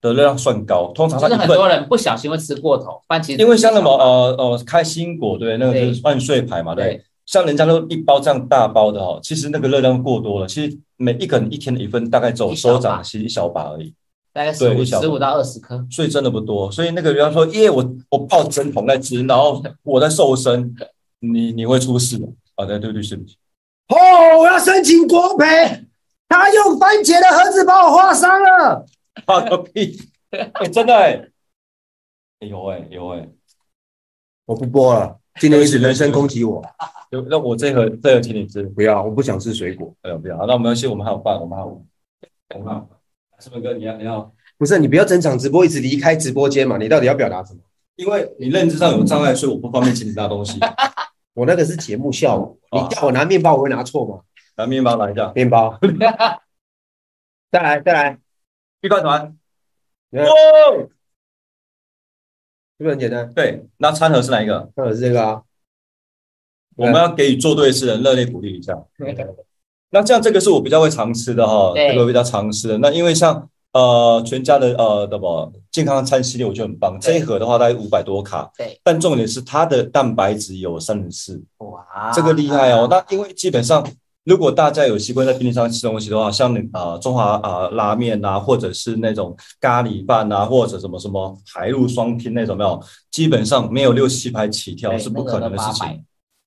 [SPEAKER 4] 的热量算高，通常它
[SPEAKER 2] 就是
[SPEAKER 4] 一
[SPEAKER 2] 很
[SPEAKER 4] 份，
[SPEAKER 2] 多人不小心会吃过头，番茄
[SPEAKER 4] 因为像什么呃呃开心果对，那个就是万岁牌嘛对。
[SPEAKER 2] 对
[SPEAKER 4] 像人家都一包这样大包的哦，其实那个热量过多了，其实每一个人一天的一份大概只有
[SPEAKER 2] 一小把
[SPEAKER 4] 手掌其实一小把而已，
[SPEAKER 2] 大概十
[SPEAKER 4] 对
[SPEAKER 2] 五
[SPEAKER 4] 一小
[SPEAKER 2] 十五到二十颗，
[SPEAKER 4] 所以真的不多。所以那个人家说，耶，我我泡针筒在吃，然后我在瘦身，你你会出事的啊！对对对，是不起。
[SPEAKER 7] 哦，我要申请国赔，他用番茄的盒子把我划伤了。
[SPEAKER 4] 放个屁！哎真的哎、哎有哎、有哎、
[SPEAKER 7] 我不播了，今天一直人身攻击我，
[SPEAKER 4] 有。那我这盒这盒请你吃，
[SPEAKER 7] 不要，我不想吃水果。
[SPEAKER 4] 哎呦不要，好那我们先，我们还有饭，我们还有，我们还有饭。是不是哥，你要你要，
[SPEAKER 7] 不是你不要整场直播一直离开直播间嘛？你到底要表达什么？
[SPEAKER 4] 因为你认知上有障碍，所以我不方便请你拿东西。
[SPEAKER 7] 我那个是节目效果，你
[SPEAKER 4] 哦
[SPEAKER 7] 叫我拿面包，我会拿错吗？
[SPEAKER 4] 拿面包拿一下，
[SPEAKER 7] 面 包， 再来再来，
[SPEAKER 4] 预饭团。
[SPEAKER 7] 你看
[SPEAKER 4] 哦，
[SPEAKER 7] 是不是很简单？
[SPEAKER 4] 对，那餐盒是哪一个？
[SPEAKER 7] 那我是这个啊，
[SPEAKER 4] 我们要给予做对事的人热烈鼓励一下。那这样这个是我比较会常吃的哈，
[SPEAKER 2] 对
[SPEAKER 4] 这个比较常吃的。那因为像呃全家的呃什么健康餐系列，我觉得很棒。这
[SPEAKER 2] 对
[SPEAKER 4] 一盒的话大概五百多卡，
[SPEAKER 2] 对。
[SPEAKER 4] 但重点是它的蛋白质有三十四，
[SPEAKER 2] 哇，
[SPEAKER 4] 这个厉害哦。那因为基本上如果大家有习惯在便利商店吃东西的话，像啊、呃、中华啊、呃拉面啊，或者是那种咖喱饭啊，或者什么什么海陆双拼那种，没有，基本上没有六七百起跳
[SPEAKER 2] 对
[SPEAKER 4] 是不可能的事
[SPEAKER 2] 那个都
[SPEAKER 4] 情
[SPEAKER 2] 800。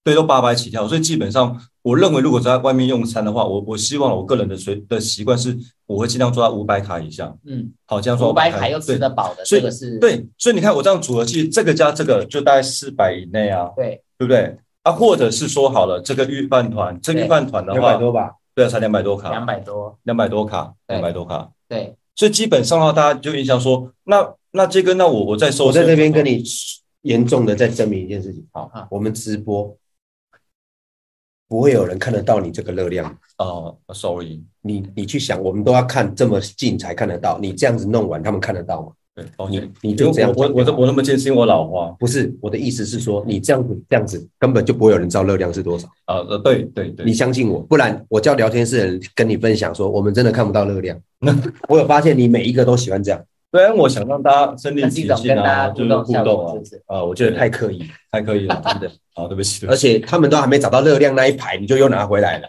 [SPEAKER 4] 对，都八百起跳，所以基本上我认为如果在外面用餐的话，我我希望我个人的随的习惯是，我会尽量做到五百卡以上。
[SPEAKER 2] 嗯，
[SPEAKER 4] 好，这样说
[SPEAKER 2] 五百卡又
[SPEAKER 4] 对
[SPEAKER 2] 吃得饱的，这
[SPEAKER 4] 所以
[SPEAKER 2] 个是
[SPEAKER 4] 对，所以你看我这样组合，其实这个加这个就大概四百以内啊，
[SPEAKER 2] 对
[SPEAKER 4] 对不对？
[SPEAKER 1] 嗯
[SPEAKER 4] 啊，或者是说好了，这个预饭团，这个
[SPEAKER 2] 对
[SPEAKER 4] 预饭团的
[SPEAKER 6] 两百
[SPEAKER 4] 话，
[SPEAKER 6] 多吧，
[SPEAKER 4] 对啊，才两百多卡，
[SPEAKER 2] 两百多，
[SPEAKER 4] 两百多卡，
[SPEAKER 2] 对
[SPEAKER 4] 两百多卡。
[SPEAKER 2] 对
[SPEAKER 4] 所以基本上的话，大家就印象说，那那这个那我我在瘦
[SPEAKER 1] 我
[SPEAKER 4] 身，
[SPEAKER 1] 在这边跟你严重的在证明一件事情，好
[SPEAKER 2] 啊，
[SPEAKER 1] 我们直播不会有人看得到你这个热量，
[SPEAKER 4] 哦，sorry，
[SPEAKER 1] 你你去想，我们都要看这么近才看得到，你这样子弄完，他们看得到吗？
[SPEAKER 4] 对，抱
[SPEAKER 1] 你
[SPEAKER 4] 歉，
[SPEAKER 1] 你
[SPEAKER 4] 因为
[SPEAKER 1] 就这样
[SPEAKER 4] 我我我我那么健身，我老花
[SPEAKER 1] 不是我的意思是说，你这样子这样子根本就不会有人知道热量是多少，
[SPEAKER 4] 啊，呃，对对对
[SPEAKER 1] 你，相信我，不然我叫聊天室的人跟你分享说，我们真的看不到热 量。我有发现你每一个都喜欢这样，
[SPEAKER 4] 虽然我想让大家身临
[SPEAKER 2] 那是
[SPEAKER 4] 其
[SPEAKER 2] 一种
[SPEAKER 4] 境
[SPEAKER 2] 跟大
[SPEAKER 4] 啊，
[SPEAKER 2] 家
[SPEAKER 4] 就
[SPEAKER 2] 互
[SPEAKER 4] 是
[SPEAKER 2] 动
[SPEAKER 4] 互
[SPEAKER 2] 效
[SPEAKER 4] 动
[SPEAKER 2] 果，
[SPEAKER 4] 啊
[SPEAKER 2] 是，不是？
[SPEAKER 1] 啊，我觉得太刻意了，
[SPEAKER 4] 太可以了，真的，好，对不起，对不
[SPEAKER 1] 而
[SPEAKER 4] 起，
[SPEAKER 1] 且他们都还没找到热量那一排，你就又拿回来了。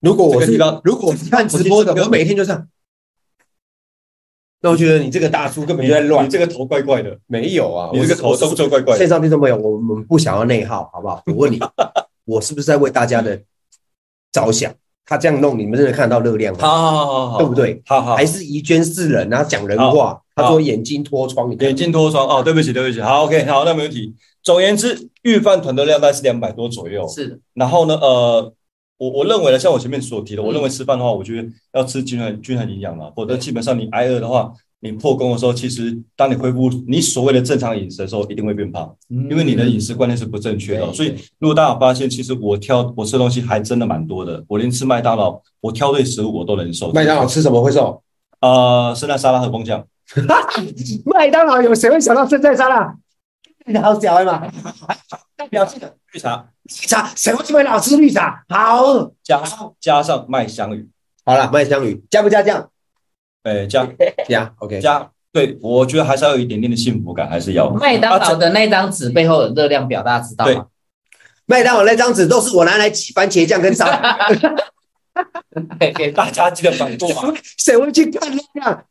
[SPEAKER 1] 如果我
[SPEAKER 4] 这个
[SPEAKER 1] 是
[SPEAKER 4] 地方
[SPEAKER 1] 如果我是看直播的，我每天就这样，那我觉得你这个大叔根本就在乱
[SPEAKER 4] 你。这个头怪怪的，
[SPEAKER 1] 没有啊，
[SPEAKER 4] 你这个头
[SPEAKER 1] 我是
[SPEAKER 4] 动作怪怪的
[SPEAKER 1] 线。上听众朋友，我们不想要内耗，好不好？我问 你，我是不是在为大家的着想？他这样弄，你们真的看得到热量吗？
[SPEAKER 4] 好好好好，
[SPEAKER 1] 对不？对？
[SPEAKER 4] 好好，
[SPEAKER 1] 还是宜捐是人，然后讲人
[SPEAKER 4] 好
[SPEAKER 1] 话。他说眼睛脱窗，你看
[SPEAKER 4] 眼镜脱窗哦，对不起，对不起，好，OK，好，那没问题。总而言之，预饭团的量大概是两百多左右。
[SPEAKER 2] 是的，
[SPEAKER 4] 然后呢，呃，我我认为呢，像我前面所提的，我认为吃饭的话，我觉得要吃均衡均衡营养嘛，否则基本上你挨饿的话，你破功的时候，其实当你恢复你所谓的正常饮食的时候，一定会变胖，因为你的饮食观念是不正确的。
[SPEAKER 2] 嗯对
[SPEAKER 4] 所以如果大家有发现，其实我挑我吃的东西还真的蛮多的，我连吃麦当劳，我挑对食物我都能受。
[SPEAKER 1] 麦当劳吃什么会瘦？
[SPEAKER 4] 呃，圣诞沙拉和工匠。
[SPEAKER 5] 麦当劳有谁会想到生菜沙拉？
[SPEAKER 7] 好小哎嘛，
[SPEAKER 4] 表记得绿茶
[SPEAKER 5] 绿茶，谁会为老吃绿茶？好饿，
[SPEAKER 4] 加加上麦香鱼，
[SPEAKER 1] 好了，麦香鱼加不加酱？
[SPEAKER 4] 哎，加
[SPEAKER 1] 加，OK。
[SPEAKER 4] 加，对我觉得还是要有一点点的 幸福感，还是要。
[SPEAKER 2] 麦当劳的那张纸背后的热量表，大家知道
[SPEAKER 4] 对
[SPEAKER 2] 吗？
[SPEAKER 1] 麦当劳那张纸都是我拿来挤番茄酱跟 沙，
[SPEAKER 2] 对对
[SPEAKER 4] 大家记得反过啊，
[SPEAKER 5] 谁会去看热量？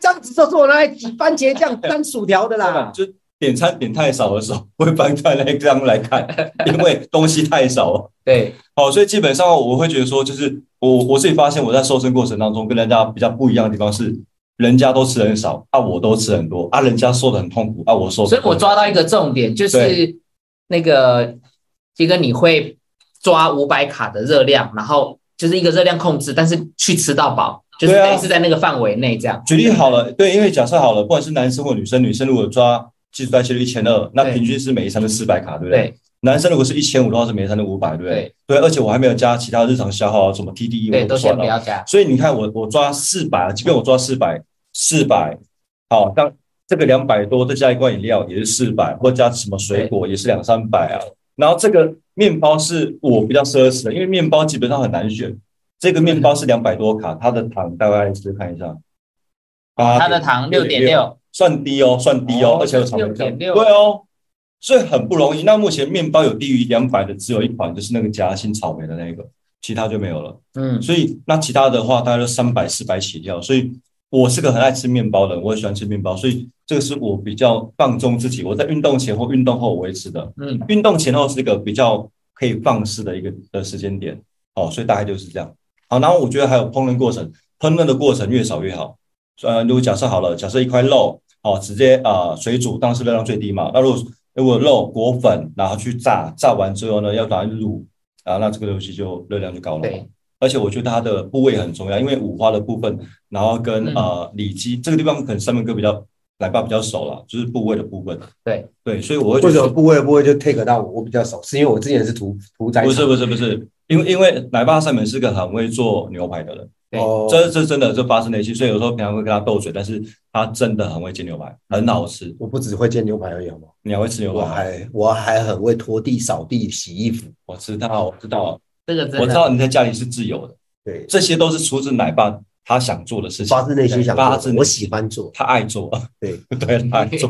[SPEAKER 5] 这样子就是我拿来挤番茄酱沾薯条的啦。
[SPEAKER 4] 就点餐点太少的时候，会翻开那一张来看， 因为东西太少了。
[SPEAKER 2] 对，
[SPEAKER 4] 好，所以基本上我会觉得说，就是我我自己发现我在瘦身过程当中跟人家比较不一样的地方是，人家都吃很少，啊我都吃很多，啊人家瘦的很痛苦，啊我瘦得
[SPEAKER 2] 所以
[SPEAKER 4] 很
[SPEAKER 2] 我
[SPEAKER 4] 痛苦。
[SPEAKER 2] 抓到一个重点，就是那个杰哥，你会抓五百卡的热量，然后就是一个热量控制，但是去吃到饱，就是
[SPEAKER 4] 对啊
[SPEAKER 2] 等于是在那个范围内这样。
[SPEAKER 4] 举例好了，对，因为假设好了，不管是男生或女生，女生如果抓基础代谢率一千二，那
[SPEAKER 2] 对
[SPEAKER 4] 平均是每一餐都四百卡，对不对？
[SPEAKER 2] 对
[SPEAKER 4] 男生如果是一千五的话，是每餐都五百，对不对？对，而且我还没有加其他日常消耗啊，什么 TDE
[SPEAKER 2] 对，
[SPEAKER 4] 我都
[SPEAKER 2] 都
[SPEAKER 4] 不算
[SPEAKER 2] 先不
[SPEAKER 4] 了。
[SPEAKER 2] 要加。
[SPEAKER 4] 所以你看我，我抓四百，即便我抓四百，四百，好，当这个两百多，再加一罐饮料也是四百，或加什么水果也是两三百啊。然后这个面包是我比较奢侈的，因为面包基本上很难选。这个面包是两百多卡，它的糖大概是看一下，八
[SPEAKER 2] 它的糖六点六，
[SPEAKER 4] 算低哦，算低哦，
[SPEAKER 2] 哦
[SPEAKER 4] 而且有草莓酱，对
[SPEAKER 2] 6.6
[SPEAKER 4] 哦，所以很不容易。那目前面包有低于两百的，只有一款，就是那个夹心草莓的那个，其他就没有了。
[SPEAKER 2] 嗯，
[SPEAKER 4] 所以那其他的话，大概就三百、四百起跳。所以我是个很爱吃面包的人，我也喜欢吃面包，所以这个是我比较放纵自己。我在运动前或运动后我会吃的，
[SPEAKER 2] 嗯，
[SPEAKER 4] 运动前后是一个比较可以放肆的一个的时间点。哦，所以大概就是这样。好，然后我觉得还有烹饪过程，烹饪的过程越少越好。呃，如果假设好了，假设一块肉，哦，直接啊、呃水煮，当然是热量最低嘛。那如果如果肉裹粉，然后去炸，炸完之后呢，要拿去卤，啊，那这个东西就热量就高了。
[SPEAKER 2] 对，
[SPEAKER 4] 而且我觉得它的部位很重要，因为五花的部分，然后跟、
[SPEAKER 2] 嗯
[SPEAKER 4] 呃里脊这个地方，可能三明哥比较奶爸比较熟了，就是部位的部分。
[SPEAKER 2] 对
[SPEAKER 4] 对，所以我会觉
[SPEAKER 1] 为什么
[SPEAKER 4] 得
[SPEAKER 1] 部位部位就 take 到我？我比较少，是因为我之前是屠屠宰
[SPEAKER 4] 不
[SPEAKER 1] 场
[SPEAKER 4] 是不是不是，因为因为奶爸三明是个很会做牛排的人，
[SPEAKER 2] 对
[SPEAKER 1] 哦，
[SPEAKER 4] 这这真的就发生了一些，所以有时候平常会跟他斗嘴，但是他真的很会煎牛排，很好吃。
[SPEAKER 1] 我不只会煎牛排而已，好不好？
[SPEAKER 4] 你还会吃牛
[SPEAKER 1] 我
[SPEAKER 4] 排？
[SPEAKER 1] 还我还很会拖地、扫地、洗衣服。
[SPEAKER 4] 我知道，我知道，
[SPEAKER 2] 这个
[SPEAKER 4] 我
[SPEAKER 2] 真
[SPEAKER 4] 知
[SPEAKER 2] 的
[SPEAKER 4] 道你在家里是自由的，
[SPEAKER 1] 对，
[SPEAKER 4] 这些都是出自奶爸他想做的事情，
[SPEAKER 1] 发自内心想做，
[SPEAKER 4] 发自内
[SPEAKER 1] 我
[SPEAKER 4] 心
[SPEAKER 1] 喜欢做。
[SPEAKER 4] 他爱做，
[SPEAKER 1] 对
[SPEAKER 4] 对，他爱做，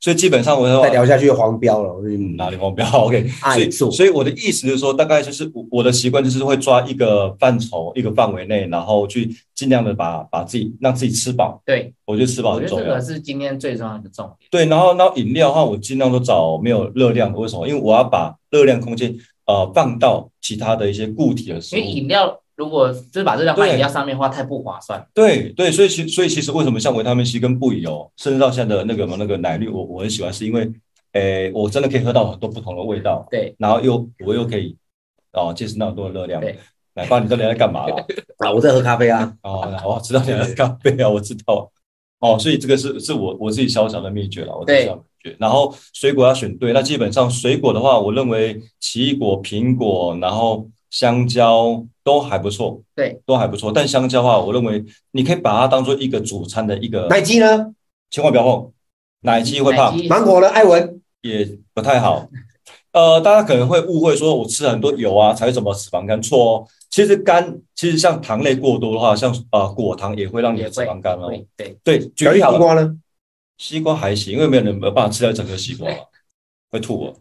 [SPEAKER 4] 所以基本上 我要
[SPEAKER 1] 再聊下去就黄标了，我跟你
[SPEAKER 4] 哪里黄标 ？OK，所
[SPEAKER 1] 爱
[SPEAKER 4] 以
[SPEAKER 1] 做
[SPEAKER 4] 所以我的意思就是说，大概就是我我的习惯就是会抓一个范畴、一个范围内，然后去尽量的把把自己让自己吃饱。
[SPEAKER 2] 对，
[SPEAKER 4] 我觉得吃
[SPEAKER 2] 我
[SPEAKER 4] 饱 很
[SPEAKER 2] 觉得
[SPEAKER 4] 重
[SPEAKER 2] 这
[SPEAKER 4] 要
[SPEAKER 2] 个。是今天最重要的重点。
[SPEAKER 4] 对，然后那饮料的话，我尽量都找没有热量的。为什么？因为我要把热量空间，呃，呃放到其他的一些固体的食
[SPEAKER 2] 因为
[SPEAKER 4] 物。
[SPEAKER 2] 饮料如果就是把热量放在
[SPEAKER 4] 嗯对
[SPEAKER 2] 饮料上面的话，太不划算。
[SPEAKER 4] 对对，所以其所以其实为什么像维他命 C 跟不哦油，甚至到现在的那个那个奶绿，我我很喜欢，是因为诶、我真的可以喝到很多不同的味道，
[SPEAKER 2] 对，
[SPEAKER 4] 然后又我又可以哦节省到很多的热量
[SPEAKER 2] 对。
[SPEAKER 4] 奶爸，你到底在干嘛啦？
[SPEAKER 1] 啊，我在喝咖啡啊，
[SPEAKER 4] 哦，我知道你的咖啡啊，我知道。哦，所以这个是是我我自己消长的秘诀了，我自
[SPEAKER 2] 嗯
[SPEAKER 4] 己
[SPEAKER 2] 对
[SPEAKER 4] 消长秘诀。然后水果要选对，那基本上水果的话，我认为奇异果、苹果，然后香蕉都还不错，
[SPEAKER 2] 对，
[SPEAKER 4] 都还不错。但香蕉的话，我认为你可以把它当做一个主餐的一个，
[SPEAKER 1] 奶鸡呢？
[SPEAKER 4] 千万不要碰，奶鸡会
[SPEAKER 2] 嗯奶
[SPEAKER 4] 胖，
[SPEAKER 2] 鸡
[SPEAKER 1] 芒果呢？艾文，
[SPEAKER 4] 也不太好。呃，大家可能会误会说我吃很多油啊，才会怎么脂肪肝。错哦，其实肝其实像糖类过多的话，像呃果糖也会让你
[SPEAKER 2] 也
[SPEAKER 4] 的脂
[SPEAKER 2] 会
[SPEAKER 4] 肪肝哦。
[SPEAKER 2] 会对，
[SPEAKER 4] 对，举
[SPEAKER 1] 小
[SPEAKER 4] 例
[SPEAKER 1] 绿
[SPEAKER 4] 好
[SPEAKER 1] 西
[SPEAKER 4] 了，
[SPEAKER 1] 瓜呢？
[SPEAKER 4] 西瓜还行，因为没有人没有办法吃掉整个 西瓜，会吐哦，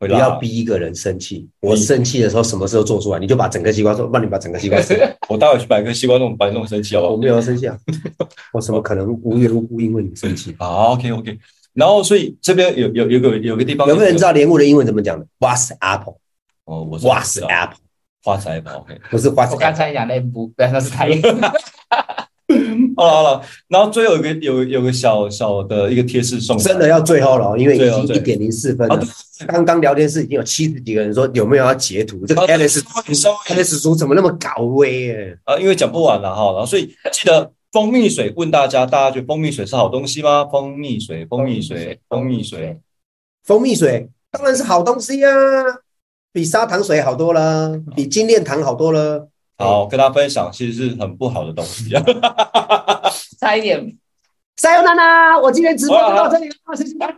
[SPEAKER 4] 会
[SPEAKER 1] 不
[SPEAKER 4] 拉。
[SPEAKER 1] 要逼一个人生气。我
[SPEAKER 4] 你
[SPEAKER 1] 生气的时候，什么事都做出来，你就把整个西瓜做，帮你把整个西 瓜吃了。
[SPEAKER 4] 我待会去买个西瓜弄，把你弄生气好不好
[SPEAKER 1] 我？没有要生气啊，我怎么可能无缘无故因为你生 气？
[SPEAKER 4] 好，OK OK。然后所以这边有有有个有个地方
[SPEAKER 1] 有没有人知道莲雾的英文怎么讲的？What's apple？What's
[SPEAKER 4] 哦，我哇塞，
[SPEAKER 1] apple？
[SPEAKER 4] 花仔吧，OK。
[SPEAKER 1] 不是 What's
[SPEAKER 2] 我刚
[SPEAKER 1] apple？
[SPEAKER 2] 才讲那不，但那是 太阳。
[SPEAKER 4] 好了好了，然后最后有一个有有个小小的一个贴士送来，
[SPEAKER 1] 真的要最后了哦，因为已
[SPEAKER 4] 最后
[SPEAKER 1] 经一
[SPEAKER 4] 对
[SPEAKER 1] 点零四分
[SPEAKER 4] 啊
[SPEAKER 1] 了。刚刚聊天室已经有七十几个人说有没有要截图？这个
[SPEAKER 4] 啊
[SPEAKER 1] Alice
[SPEAKER 4] 你稍微
[SPEAKER 1] Alice 叔怎么那么高危、欸？
[SPEAKER 4] 啊，因为讲不完了哈，然后所以记得蜂蜜水问大家，大家觉得蜂蜜水是好东西吗？蜂蜜水，蜂蜜水，蜂蜜水，
[SPEAKER 1] 蜂蜜水当然是好东西啊，比砂糖水好多
[SPEAKER 4] 哦
[SPEAKER 1] 了，比精炼糖好多了。
[SPEAKER 4] 好，跟大家分享，其实是很不好的东西啊。
[SPEAKER 2] 差一点，
[SPEAKER 7] 塞欧娜娜，我今天直播就到这里了，谢谢大家。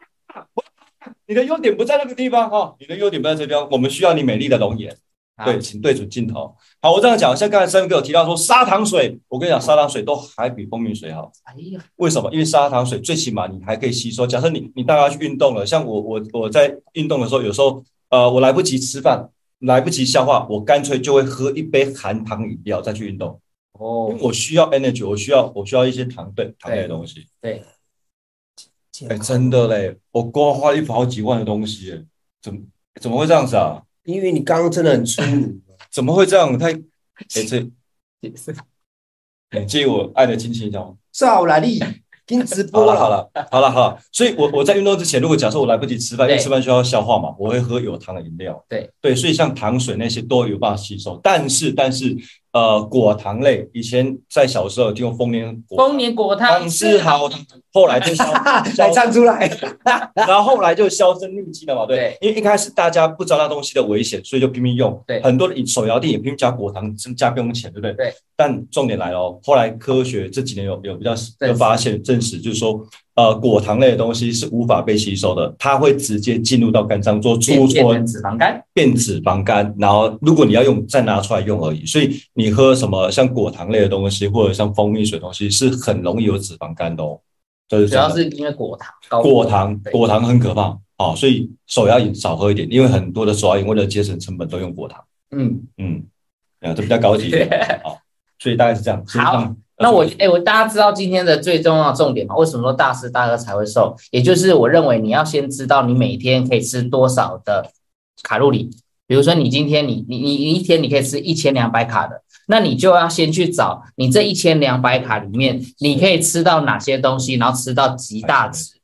[SPEAKER 4] 你的优点不在那个地方哈、你的优点不在这边，我们需要你美丽的容颜。
[SPEAKER 2] 好
[SPEAKER 4] 对，请对准镜头。好，我这样讲，像刚才三哥有提到说砂糖水，我跟你讲，砂糖水都还比蜂蜜水好。
[SPEAKER 2] 哎呀，
[SPEAKER 4] 为什么？因为砂糖水最起码你还可以吸收。假设你你大概去运动了，像我我我在运动的时候，有时候呃我来不及吃饭，来不及消化，我干脆就会喝一杯含糖饮料再去运动，因
[SPEAKER 2] 哦
[SPEAKER 4] 为，我需要 energy，我需要我需要一些糖对糖类的东西。
[SPEAKER 2] 对，
[SPEAKER 4] 哎、真的嘞，我光花了一好几万的东西耶，怎么怎么会这样子啊？
[SPEAKER 1] 因为你刚刚真的很粗鲁，
[SPEAKER 4] 怎么会这样？太哎、这
[SPEAKER 2] 也是
[SPEAKER 4] 你介意我爱的亲亲一下吗？
[SPEAKER 1] 少来你听直
[SPEAKER 4] 好
[SPEAKER 1] 播
[SPEAKER 4] 了
[SPEAKER 1] 了
[SPEAKER 4] 好。了好了好了，所以我我在运动之前，如果假设我来不及吃饭，因为
[SPEAKER 2] 对
[SPEAKER 4] 吃饭需要消化嘛，我会喝有糖的饮料。
[SPEAKER 2] 对
[SPEAKER 4] 对，所以像糖水那些都有办法吸收，但是但是呃，果糖类以前在小时候有听过丰年果
[SPEAKER 2] 丰年果
[SPEAKER 4] 糖
[SPEAKER 2] 汤
[SPEAKER 4] 是好糖，后来就消
[SPEAKER 1] 来
[SPEAKER 4] 消
[SPEAKER 1] 唱出来，
[SPEAKER 4] 然后后来就销声匿迹了嘛，对，
[SPEAKER 2] 对
[SPEAKER 4] 因为一开始大家不知道那东西的危险，所以就拼命用，
[SPEAKER 2] 对
[SPEAKER 4] 很多的手摇店也拼命加果糖，增加不用钱，对不对？
[SPEAKER 2] 对。
[SPEAKER 4] 但重点来了哦，后来科学这几年有有比较
[SPEAKER 2] 实
[SPEAKER 4] 有发现证实，就是说，呃，果糖类的东西是无法被吸收的，它会直接进入到肝脏做
[SPEAKER 2] 变
[SPEAKER 4] 储
[SPEAKER 2] 变
[SPEAKER 4] 存
[SPEAKER 2] 成脂肪肝。
[SPEAKER 4] 变脂肪肝，然后如果你要用，再拿出来用而已。所以你喝什么像果糖类的东西，或者像蜂蜜水的东西，是很容易有脂肪肝的哦。这是
[SPEAKER 2] 主
[SPEAKER 4] 真的
[SPEAKER 2] 要是因为果糖，高
[SPEAKER 4] 果糖，
[SPEAKER 2] 对
[SPEAKER 4] 果糖很可怕哦，所以手摇饮少喝一点，因为很多的手摇饮为了节省成本都用果糖，
[SPEAKER 2] 嗯，
[SPEAKER 4] 嗯，啊，这比较高级一点哦，所以呃大概是这样。
[SPEAKER 2] 好，那我哎、我大家知道今天的最重要的重点嘛？为什么说大吃大喝才会瘦？也就是我认为你要先知道你每天可以吃多少的卡路里。比如说你今天你你你你一天你可以吃一千两百卡的，那你就要先去找你这一千两百卡里面你可以吃到哪些东西，然后吃到极大值。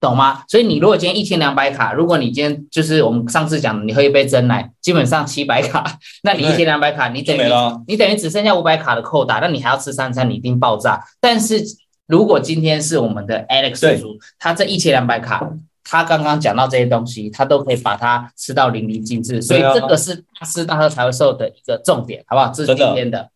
[SPEAKER 2] 懂吗？所以你如果今天一千两百卡，如果你今天就是我们上次讲的，你喝一杯真奶，基本上七百卡，那你一千两百卡，你等
[SPEAKER 4] 就
[SPEAKER 2] 于
[SPEAKER 4] 没了，
[SPEAKER 2] 你等于只剩下五百卡的扣打，那你还要吃三餐，你一定爆炸。但是如果今天是我们的 Alex
[SPEAKER 4] 对
[SPEAKER 2] 叔，他这一千两百卡，他刚刚讲到这些东西，他都可以把它吃到淋漓尽致，所以
[SPEAKER 4] 对啊
[SPEAKER 2] 这个是大吃大喝才会瘦的一个重点，好不好？这是
[SPEAKER 4] 真
[SPEAKER 2] 今
[SPEAKER 4] 的
[SPEAKER 2] 天的，